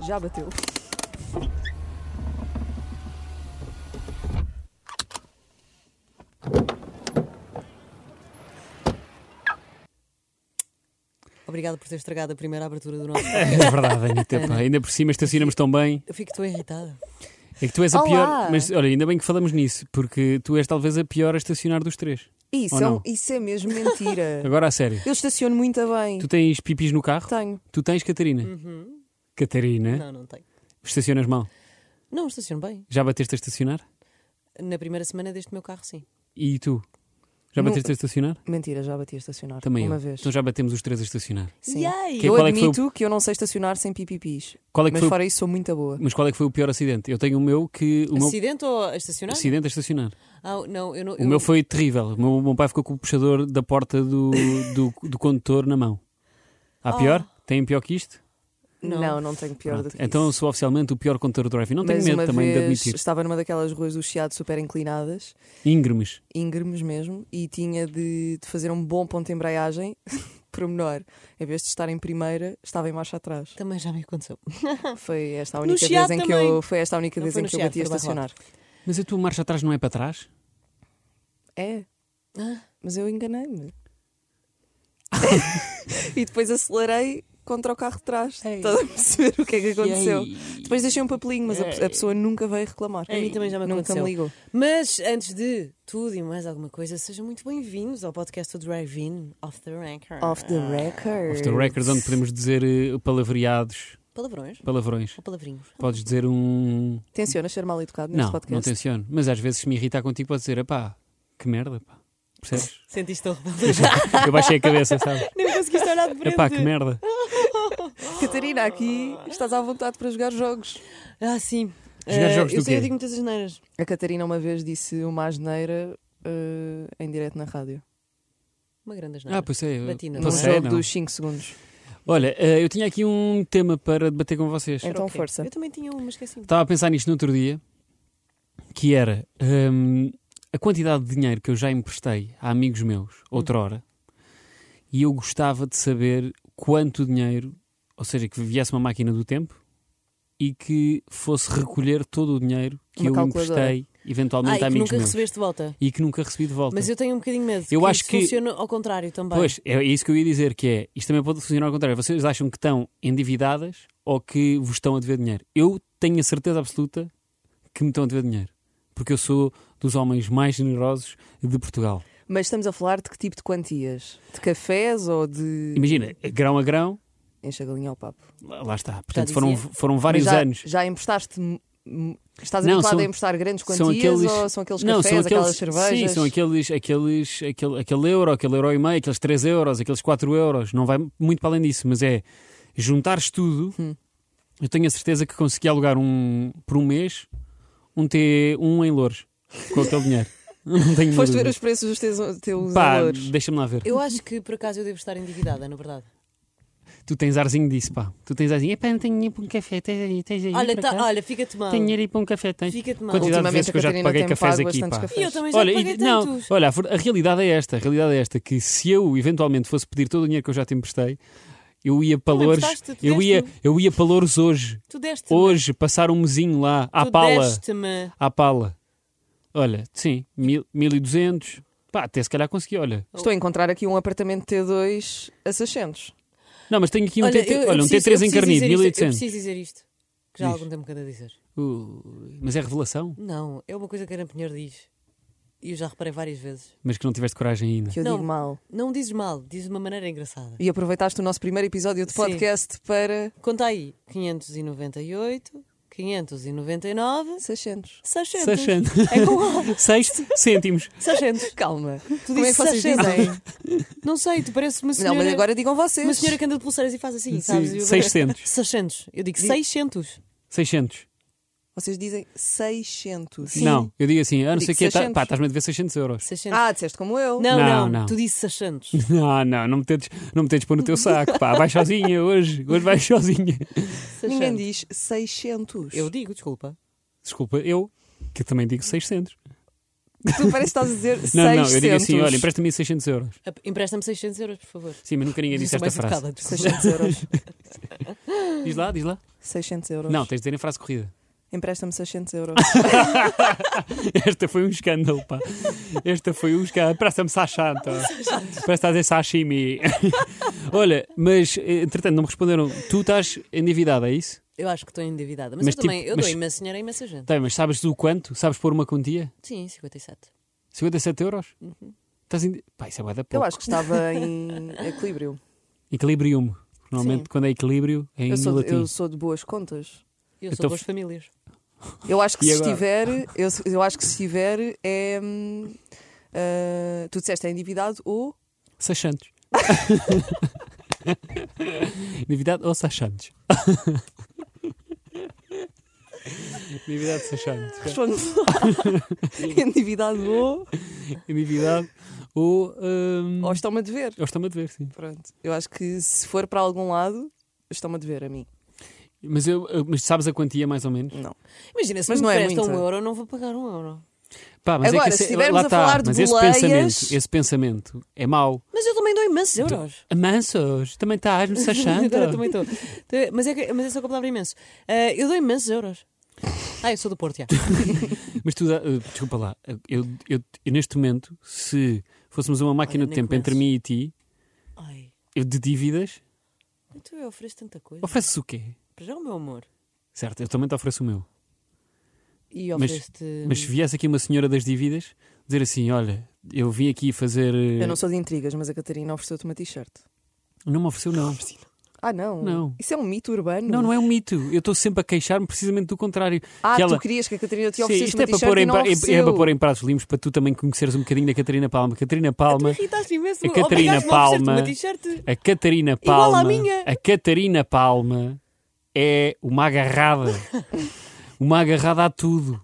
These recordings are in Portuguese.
Já bateu. Obrigada por ter estragado a primeira abertura do nosso. É verdade, Anitta. pá. Ainda por cima estacionamos tão bem. Eu fico tão irritada. É que tu és a Olá. pior. Mas olha, ainda bem que falamos nisso, porque tu és talvez a pior a estacionar dos três. Ou Isso, é, não? um- isso é mesmo mentira. Agora a sério. Eu estaciono muito bem. Tu tens pipis no carro? Tenho. Tu tens Catarina? Uhum. Catarina, Não, não tenho. estacionas mal. Não, estaciono bem. Já bateste a estacionar? Na primeira semana deste meu carro, sim. E tu? Já Não. bateste a estacionar? Mentira, já bati a estacionar. Também Uma eu. vez. Então já batemos os três a estacionar. Sim. Yay! Que- eu qual é foi o- admito que eu não sei estacionar sem pipipis. Qual é que Mas foi o- fora isso, sou muito boa. Mas qual é que foi o pior acidente? Eu tenho o meu que. O meu... Acidente ou a estacionar? Acidente a estacionar. Ah, não, eu não. O meu foi terrível. O meu, o meu pai ficou com o puxador da porta do, do, do condutor na mão. Há pior? Tem pior que isto? Não. Não, não, tenho Oh. pior Pronto. do que Então eu isso. sou oficialmente o pior condutor do drive. Não tenho Mas medo uma também de vez admitir. Estava numa daquelas ruas do Chiado super inclinadas, Íngremes. íngremes mesmo, e tinha de, de fazer um bom ponto de embreagem, pormenor. Em vez de estar em primeira, estava em marcha atrás. Também já me aconteceu. Foi esta a Ah. No única Chiado vez em que também. eu foi esta a única Não vez foi em no que eu Chiado, bati a foi mais lá. estacionar. Mas a tua marcha atrás não é para trás? É, Ah, mas eu enganei-me. e depois acelerei contra o carro de trás. Ei. Estás a perceber o que é que aconteceu? E aí? Depois deixei um papelinho, mas a, pe- a pessoa nunca veio reclamar. a mim também já me Nunca aconteceu. me ligou. Mas antes de tudo e mais alguma coisa, sejam muito bem-vindos ao podcast do Drive-In Off the Ranker. Off the record. Off the record, onde podemos dizer eh, palavreados, Palavrões palavrões. ou palavrinhos? Podes dizer um. Tencionas ser mal educado neste Não, podcast? não tenciono. Mas às vezes se me irritar contigo, podes dizer, pá, que merda, pá. Percebes? Sentiste a rebelde? Eu baixei a cabeça, sabe? Nem conseguiste olhar de frente. Epá, que merda. Catarina, aqui estás à vontade para jogar jogos. Ah, sim. Jogar Ah, jogos eu do sei, quê? eu digo muitas asneiras. A Catarina uma vez disse uma asneira eh, em direto na rádio. Uma grande asneira. Ah, pois é. eu Bati na Num Passei, jogo não. dos 5 segundos. Olha, eh, eu tinha aqui um tema para debater com vocês. Então, Era o quê? força. Eu também tinha uma, mas esqueci. Estava a pensar nisto no outro dia, que era hum, a quantidade de dinheiro que eu já emprestei a amigos meus, Uhum. outrora, e eu gostava de saber quanto dinheiro, ou seja, que viesse uma máquina do tempo e que fosse recolher todo o dinheiro que Uma eu calculadora. emprestei Ah, eventualmente e a que amigos nunca meus recebeste de volta. e que nunca recebi de volta. Mas eu tenho um bocadinho medo. Eu que acho isso que- funciona ao contrário também. Pois, é isso que eu ia dizer, que é, isto também pode funcionar ao contrário. Vocês acham que estão endividadas ou que vos estão a dever dinheiro? Eu tenho a certeza absoluta que me estão a dever dinheiro. Porque eu sou dos homens mais generosos de Portugal. Mas estamos a falar de que tipo de quantias? De cafés ou de. Imagina, é grão a grão, Enche a galinha ao papo. lá lá está. Portanto, Já foram, dizia. foram vários Mas já, anos. Já emprestaste. m- m- Estás Não, habituado são- a emprestar grandes são quantias aqueles- ou são aqueles Não, cafés, são aquelas aqueles, cervejas? sim, são aqueles, aqueles, aquele, aquele euro, aquele euro e meio, aqueles 3 euros, aqueles 4 euros, não vai muito para além disso, mas é juntares tudo. Hum. Eu tenho a certeza que consegui alugar um, por um mês um T1 em Louros com aquele dinheiro. Não tenho Foste ver dúvida. os preços dos teus, teus Pá, valores. deixa-me lá ver. Eu acho que por acaso eu devo estar endividada, na verdade. Tu tens arzinho disso, pá. Tu tens arzinho. Epá, não tenho dinheiro para um café. Tens aí, tens aí. Olha, por tá- acaso? olha fica-te mal. Tenho dinheiro aí para um café. Tens. Fica-te mal. Quantidade de Ultimamente vezes a que eu já te Catarina paguei tem cafés pago aqui, bastantes pá. cafés. E eu também já Olha, te paguei e- não, tantos. olha, a, ver- a realidade é esta, a realidade é esta, que se eu eventualmente fosse pedir todo o dinheiro que eu já te emprestei, eu ia para Não Lourdes, emprestaste, tu eu ia, deste-me. eu ia para Lourdes hoje, Tu deste-me. hoje, passar um mesinho lá, à tu pala, deste-me. à pala. Olha, sim, mil, 1200, pá, até se calhar consegui, olha. Estou a encontrar aqui um apartamento T2 a 600. Não, mas tenho aqui um Olha, T3, eu- eu olha, um preciso- eu T3 preciso encarnido, dizer isto, Eu 1800. preciso dizer isto. Que já há Diz. algum tempo que ando a dizer. Ui, mas é revelação, Não, é uma coisa que a Ana Pinheiro diz. E eu já reparei várias vezes. mas que não tiveste coragem ainda. Que eu Não. digo mal. Não dizes mal, dizes de uma maneira engraçada. E aproveitaste o nosso primeiro episódio de Sim. podcast para Conta aí. 598, 599, 600. 600. 600. É com A. Sexto, cêntimos. 600. Calma. Tu Como é dizes que vocês 600. dizem? Não sei, tu pareces uma senhora. Não, mas agora digam vocês. Uma senhora que anda de pulseiras e faz assim, sabes? Sim, Eu- 600. 600. Eu digo 600. 600. Vocês dizem 600. Sim. Não, eu digo assim, ah, não sei Digo o que, tá, 600. pá, estás-me a dever 600 euros. 600. Ah, disseste como eu. não, Não, não, não. Tu disse 600. Não, Ah, não, não me tentes, não me tentes pôr no teu saco, pá. Vai sozinha hoje, hoje vais sozinha. 600. Ninguém diz 600. Eu digo, desculpa. Desculpa, eu, que também digo 600. Tu parece que estás a dizer Não, 600. não, eu digo assim, olha, empresta-me 600 euros. Ap- Empresta-me 600 euros, por favor. Sim, mas nunca ninguém Eu disse sou esta é mais frase. educada, desculpa. 600 euros. Diz lá, diz lá. 600 euros. Não, tens de dizer em frase corrida. Empresta-me 600 euros. Esta foi um escândalo, pá. Esta foi um escândalo. Parece-me sachanta. Parece que estás a dizer sashimi. Olha, mas eh, entretanto não me responderam. Tu estás endividada, é isso? Eu acho que estou endividada. Mas, Mas eu também, tipo, eu mas- dou imenso dinheiro a imensa gente. Tá, bem, mas sabes do quanto? Sabes pôr uma quantia? Sim, 57. 57 euros? Estás em... Pá, isso é bué da Eu pouco. acho que estava em equilíbrio. Equilibrium. Normalmente Sim. quando é equilíbrio é em Eu sou, de, latim. eu sou de boas contas. E Eu Eu sou tô boas f- famílias. Eu acho que E se agora? estiver, eu, eu acho que se estiver é. hum, ah, tu disseste é endividado ou. 600. Endividado ou 600? Endividado 600. Responde Endividado ou. Endividado ou. hum, Ou estão-me a dever. ou está-me a dever, sim. Pronto. Eu acho que se for para algum lado, estão-me a dever a mim. Mas, eu, eu- mas sabes a quantia mais ou menos? Não. Imagina, se Mas me não é prestam um muito. euro, eu não vou pagar um euro. Pá, mas Agora, é que esse, se estivermos lá a tá, falar de mas esse boleias- pensamento, esse pensamento é mau. Mas eu também dou imensos Então, euros. Mansos, também estás-me sachando. Agora também estou. Mas é, que, mas é só com a palavra imenso. Ah, eu dou imensos euros. Ah, eu sou do Porto, já. Mas tu, dá- eh, desculpa lá, eu, eu- eu neste momento, se fôssemos uma máquina Olha, do nem tempo entre começo. mim e ti, Ai, eu de dívidas, então eu ofereço tanta coisa. ofereces o quê? Para já o meu amor. Certo, eu também te ofereço o meu. E Mas- ofereço-te... Mas se viesse aqui uma senhora das dívidas, dizer assim: olha, eu vim aqui fazer. eh, Eu não sou de intrigas, mas a Catarina ofereceu-te uma t-shirt. não me ofereceu, não. Ah, não. Não. Isso é um mito urbano. Não, não é um mito. Eu estou sempre a queixar-me precisamente do contrário. Ah, que ela- tu querias que a Catarina te Sim, oferecesse isto uma é para, t-shirt pôr e em, não pra- é- é ofereceu. para pôr em pratos limpos para tu também conheceres um bocadinho da Catarina Palma. Catarina Palma, Tu irritaste imenso. A Catarina Obrigaste-me a oferecer-te Palma. uma t-shirt. a Catarina Palma, Igual à minha. a Catarina Palma é uma agarrada, uma agarrada a tudo,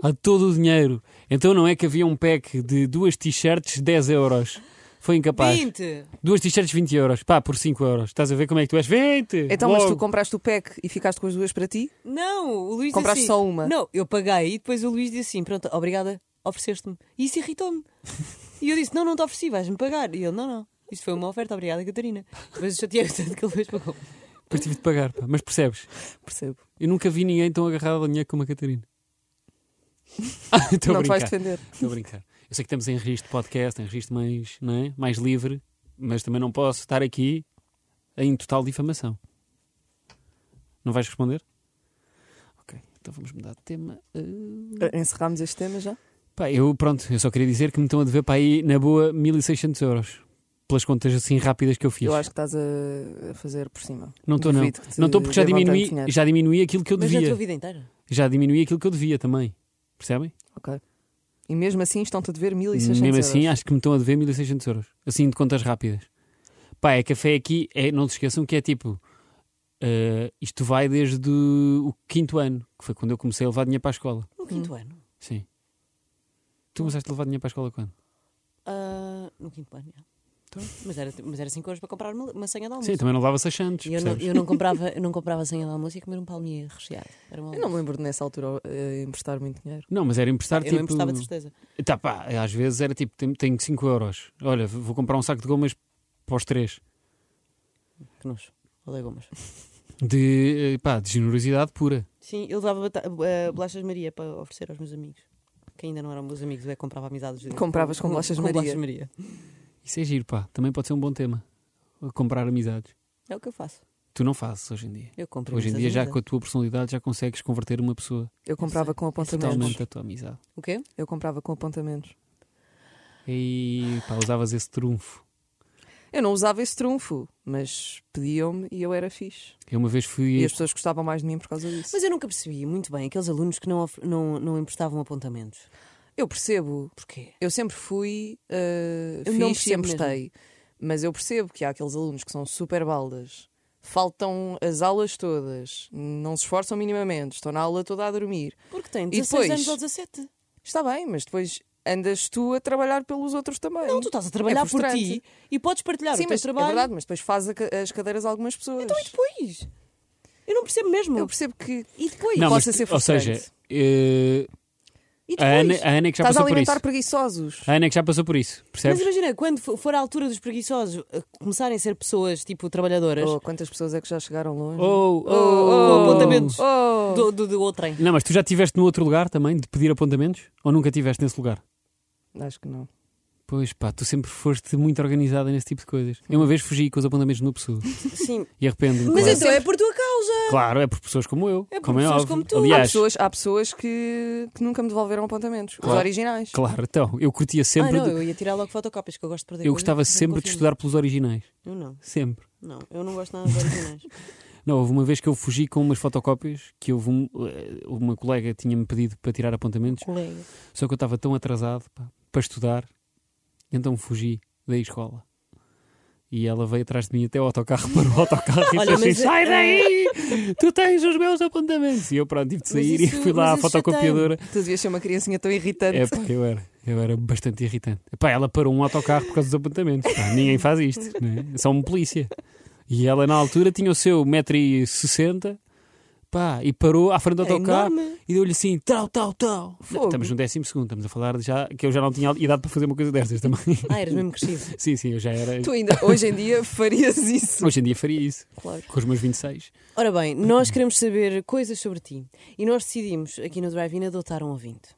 a todo o dinheiro. Então não é que havia um pack de duas t-shirts 10 euros. Foi incapaz. 20. Duas t-shirts 20 euros, pá, por 5 euros. Estás a ver como é que tu és? 20! Então, mas tu logo. compraste o pack e ficaste com as duas para ti? Não, o Luís disse Compraste assim, só uma? Não, eu paguei e depois o Luís disse assim: pronto, obrigada, ofereceste-me. E isso irritou-me. E eu disse: não, não te ofereci, vais-me pagar. E ele: não, não. Isso foi uma oferta, obrigada, Catarina. Depois eu chateei tanto que ele depois pagou. Depois tive de pagar, pá. Mas percebes? Percebo. Eu nunca vi ninguém tão agarrado a dinheiro como a Catarina. Ah, Estou a não te vais brincar. defender. Estou a brincar. Eu sei que estamos em registro de podcast, em registro mais, não é? mais livre, mas também não posso estar aqui em total difamação. Não vais responder? Ok, então vamos mudar de tema. Ah, Encerramos Eh, este tema já? Pá, eu pronto, eu só queria dizer que me estão a dever para aí, na boa, 1600 euros. Pelas contas assim rápidas que eu fiz. Eu acho que estás a a fazer por cima. Não estou, não. Duvido que te Não estou porque já devam tanto diminuí, dinheiro. já diminuí aquilo que eu Mas na tua devia. vida inteira? Já diminuí aquilo que eu devia também. Percebem? E mesmo assim estão-te a dever 1600 Mesmo assim, euros. acho que me estão a dever 1600 euros. Assim, de contas rápidas. Pá, é café aqui, é, não se esqueçam que é tipo. ah, isto vai desde o quinto ano, que foi quando eu comecei a levar dinheiro para a escola. No quinto ano. Sim. Tu começaste a levar dinheiro para a escola quando? Ah, no quinto ano, já. Mas era 5 mas era cinco euros para comprar uma, uma senha de almoço. Sim, também não levava 600. assim? e eu não, percebes? eu, não comprava, eu não comprava senha de almoço e ia comer um palmier recheado. Era é- uma Eu não me lembro de nessa altura eh, emprestar muito dinheiro. Não, mas era emprestar Ah, eu tipo. não emprestava de certeza. Tá, pá, às vezes era tipo, tenho- tenho 5 euros. Olha, vou comprar um saco de gomas para os 3. Que nojo. Odeio gomas. De, eh, pá, de generosidade pura. Sim, eu levava bata- eh, bolachas Maria para oferecer aos meus amigos. Que ainda não eram meus amigos, eu é que comprava amizades. deles. Compravas com bolachas Maria. Maria. Isso é giro, pá. Também pode ser um bom tema. Comprar amizades. É o que eu faço. Tu não fazes hoje em dia. Eu compro. Hoje em imensas dia, já com a amizades. tua personalidade, já consegues converter uma pessoa Eu comprava com apontamentos. é, totalmente a tua amizade. O quê? Eu comprava com apontamentos. E pá, usavas esse trunfo. Eu não usava esse trunfo, mas pediam-me e eu era fixe. Eu uma vez fui. E as pessoas gostavam mais de mim por causa disso. Mas eu nunca percebi muito bem aqueles alunos que não, of- não, não emprestavam apontamentos. eu percebo, Porquê? eu sempre fui, uh, Eu fixe não e percebo emprestei. Mas eu percebo que há aqueles alunos que são super baldas, faltam as aulas todas, não se esforçam minimamente, estão na aula toda a dormir. Porque têm E 16 depois? anos ou 17. Está bem, mas depois andas tu a trabalhar pelos outros também. É Não, tu estás a trabalhar por ti frustrante. e podes partilhar Sim, o teu mas trabalho. é verdade, mas depois faz a ca- as cadeiras a algumas pessoas. Então, Pois. Eu não percebo mesmo. eu percebo que E depois? Não, mas, possa ser ou frustrante. seja, eh, E A depois, Ana, a Ana é que já estás a passou por alimentar isso. preguiçosos. A Ana é que já passou por isso, Mas percebes? imagina, quando fo- for a altura dos preguiçosos eh, começarem a ser pessoas, tipo, trabalhadoras, Oh, quantas pessoas é que já chegaram longe? Oh, oh, com apontamentos Oh. do, do, do outrem. Não, mas tu já estiveste no outro lugar também de pedir apontamentos? Ou nunca estiveste nesse lugar? Acho que não. Pois pá, tu sempre foste muito organizada nesse tipo de coisas. Eu uma vez fugi com os apontamentos no PSU Sim. e arrependo-me. Mas claro. então é por tua causa. Claro, é por pessoas como eu. É por como é pessoas óbvio. como tu. Há Aliás, pessoas, há pessoas que, que nunca me devolveram apontamentos. Claro. Os originais. claro, então, eu curtia sempre. Ah, não, de- eu ia tirar logo fotocópias, que eu gosto de perder. Eu coisas, gostava não sempre de confio. estudar pelos originais. Eu não, Sempre. não, eu não gosto nada de originais. Não, houve uma vez que eu fugi com umas fotocópias que houve um- eh, uma colega tinha-me pedido para tirar apontamentos, Colega. só que eu estava tão atrasado pá, para estudar, então fugi da escola. E ela veio atrás de mim até o autocarro para o autocarro e Olha, disse assim: mas, sai eh, daí! tu tens os meus apontamentos! E eu pronto, tive de Mas sair isso- e fui lá à mas isso fotocopiadora. Tu devias ser uma criancinha tão irritante. É pá, eu era. Eu era bastante irritante. Pá, ela parou um autocarro por causa dos apontamentos. Pá, ninguém faz isto, né? É Só uma polícia. E ela, na altura, tinha o seu 1,60m pá, e parou à frente do É autocarro enorme. e deu-lhe assim, tal, tal, tal. Não, Fogo. Estamos no 12, estamos a falar de já que eu já não tinha idade para fazer uma coisa dessas também. Ah, eras mesmo crescido. sim, sim, eu já era. Tu ainda, hoje em dia, farias isso. Hoje em dia faria isso, Claro. com os meus 26. Ora bem, nós queremos saber coisas sobre ti e nós decidimos aqui no Drive-In adotar um ouvinte.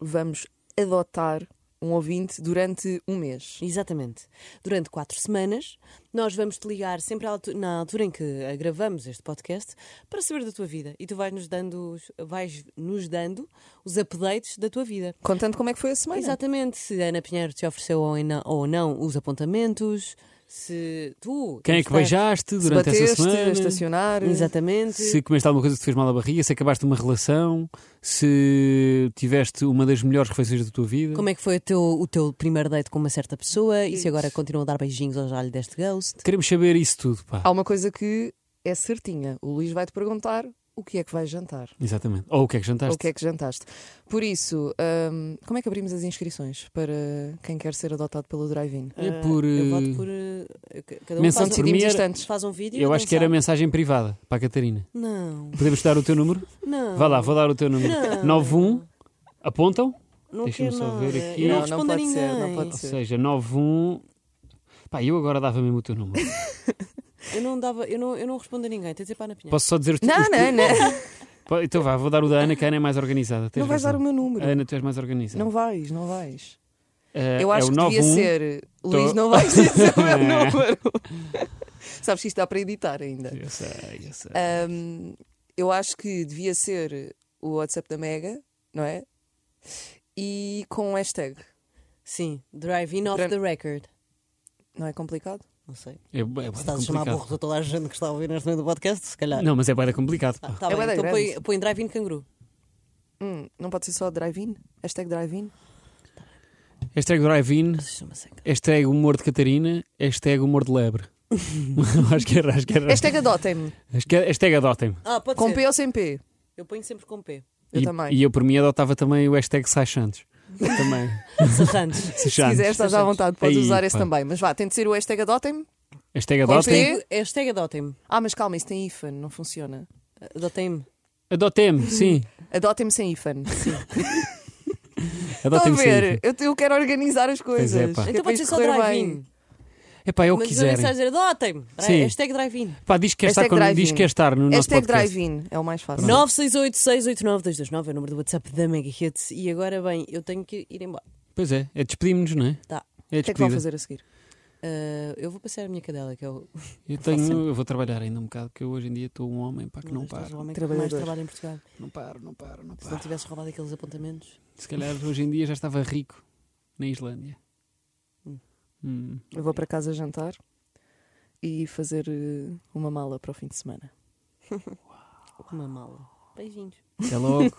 Vamos adotar um ouvinte durante um mês. Exatamente. Durante quatro semanas, nós vamos te ligar sempre à altu- na altura em que eh, gravamos este podcast para saber da tua vida e tu vais nos dando, os- vais nos dando os updates da tua vida. Contando como é que foi a semana. Exatamente, se a Ana Pinheiro te ofereceu ou ena- ou não os apontamentos, se tu. Quem é que emprestaste- beijaste Se durante essa bateste, semana? a estacionar. Exatamente. se comeste alguma coisa que te fez mal à barriga, se acabaste uma relação, se tiveste uma das melhores refeições da tua vida. Como é que foi o teu, o teu primeiro date com uma certa pessoa e se agora continuam a dar beijinhos ao jalho deste ghost? Queremos saber isso tudo, pá. Há uma coisa que é certinha. O Luís vai-te perguntar o que é que vais jantar. Exatamente. Ou o que é que jantaste? Ou o que é que jantaste. Por isso, hum, como é que abrimos as inscrições para quem quer ser adotado pelo drive-in? É Ah, por, Eu voto eh, por. eh, ca- cada um menção faz, um, de Decidimos primeira- isto antes. faz um vídeo. Eu e acho que era dançar. mensagem privada para a Catarina. Não, Podemos dar o teu número? não. Vá lá, vou dar o teu número. Não. 91 apontam? Não Deixa-me quero só nada. ver aqui. Eu não, Não, respondo não a pode ser, ninguém. não pode Ou Sim. seja, 91 Pá, eu agora dava mesmo o teu número. Eu não dava, eu não, eu não respondo a ninguém. Tem de ser para a Ana Pinheiro. Posso só dizer os Não, os- não, não. Pá, Então vá, vou dar o da Ana, que a Ana é mais organizada. Tens Não vais dar o razão. meu número. Ana, tu és mais organizada. Não vais, não vais. Eh, Eu acho é o que devia 91. ser. Luís, Tô- não vais dizer o meu número. É. Sabes que isto dá para editar ainda. Eu sei, eu sei. Hum, eu acho que devia ser o WhatsApp da Mega, não é? E com um hashtag. Sim, drive-in off Dra- the record. Não é complicado? Não sei. Eh, É, bué- é bué Se estás a chamar complicado. burro a toda a gente que está a ouvir neste momento do podcast, se calhar. Não, mas é bué da complicado. pá. Ah, tá É bem, bué da então grande. põe, põe drive-in canguru. Hum, não pode ser só drive-in? Hashtag drive-in? Hashtag drive-in, Mas isso é uma seca. hashtag humor de Catarina, hashtag humor de lebre. acho que era, acho que era. Hashtag adotem-me. Acho que- Hashtag adotem-me. Ah, pode Com ser. P ou sem P? Eu ponho sempre com P. Eu e, também. E eu por mim adotava também o hashtag Sai Santos. também. Serrantes. Se Se quiser, Santos. estás à vontade, podes Aí, usar esse pá. também. Mas vá, tem de ser o hashtag adotem-me. Hashtag Com adotem-me. P? Hashtag adotem-me. Ah, mas calma, isso tem hífen, não funciona. Adotem-me. Adotem-me, sim. Adotem-me sem hífen. Estão a Adotem-me ver? sim. Eu, eu quero organizar as coisas. é, pá. Que Então pode para ser isto só correr drive-in. bem. Epá, é o que Mas a mensagem é quiserem. dizer adotem-me. Sim. Hashtag drive-in. Pá, diz que quer estar Hashtag com- diz drive-in. que quer estar no nosso Hashtag podcast. drive-in é o mais fácil. 968-689-229 é o número do WhatsApp da Mega Hits. E agora, bem, eu tenho que ir embora. Pois é, é despedimos-nos, não é? Tá. É O que é que vão despedida. fazer a seguir? Ah, eu vou passear a minha cadela, que é o. Eu tenho, eu vou trabalhar ainda um bocado, que eu hoje em dia estou um homem, pá, que não estás o paro. homem que mais Trabalhador. trabalha em Portugal. Não paro, não paro, não Se não paro. tivesse roubado aqueles apontamentos, Se calhar hoje em dia já estava rico na Islândia. Hum. Hum. Eu vou para casa jantar e fazer eh, uma mala para o fim de semana. uma mala. Beijinhos. Até logo.